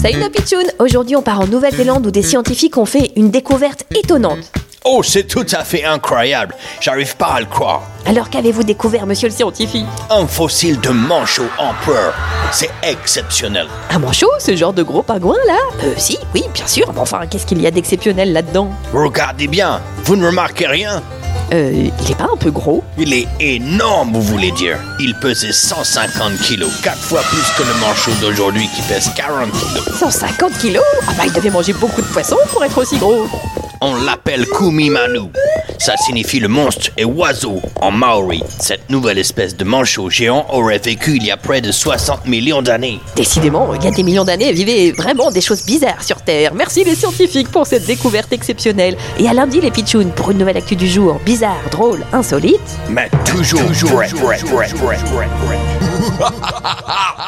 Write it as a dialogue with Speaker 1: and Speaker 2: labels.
Speaker 1: Salut la pitchoun Aujourd'hui on part en Nouvelle-Zélande où des scientifiques ont fait une découverte étonnante.
Speaker 2: Oh, c'est tout à fait incroyable. J'arrive pas à le croire.
Speaker 1: Alors qu'avez-vous découvert monsieur le scientifique
Speaker 2: Un fossile de manchot empereur. C'est exceptionnel.
Speaker 1: Un manchot, Ah, ce genre de gros pingouin là Euh si, oui, bien sûr, mais enfin qu'est-ce qu'il y a d'exceptionnel là-dedans
Speaker 2: Regardez bien. Vous ne remarquez rien
Speaker 1: Euh, il est pas un peu gros
Speaker 2: Il est énorme, vous voulez dire. Il pesait 150 kilos, 4 fois plus que le manchot d'aujourd'hui qui pèse 40 kilos.
Speaker 1: 150 kilos Ah bah il devait manger beaucoup de poissons pour être aussi gros
Speaker 2: On l'appelle Kumimanu. Ça signifie le monstre et oiseau en maori. Cette nouvelle espèce de manchot géant aurait vécu il y a près de 60 millions d'années.
Speaker 1: Décidément, il y a des millions d'années, vivaient vraiment des choses bizarres sur Terre. Merci les scientifiques pour cette découverte exceptionnelle. Et à lundi les pitchounes pour une nouvelle actu du jour. Bizarre, drôle, insolite.
Speaker 2: Mais toujours, toujours, vrai, vrai, vrai, vrai, vrai, vrai.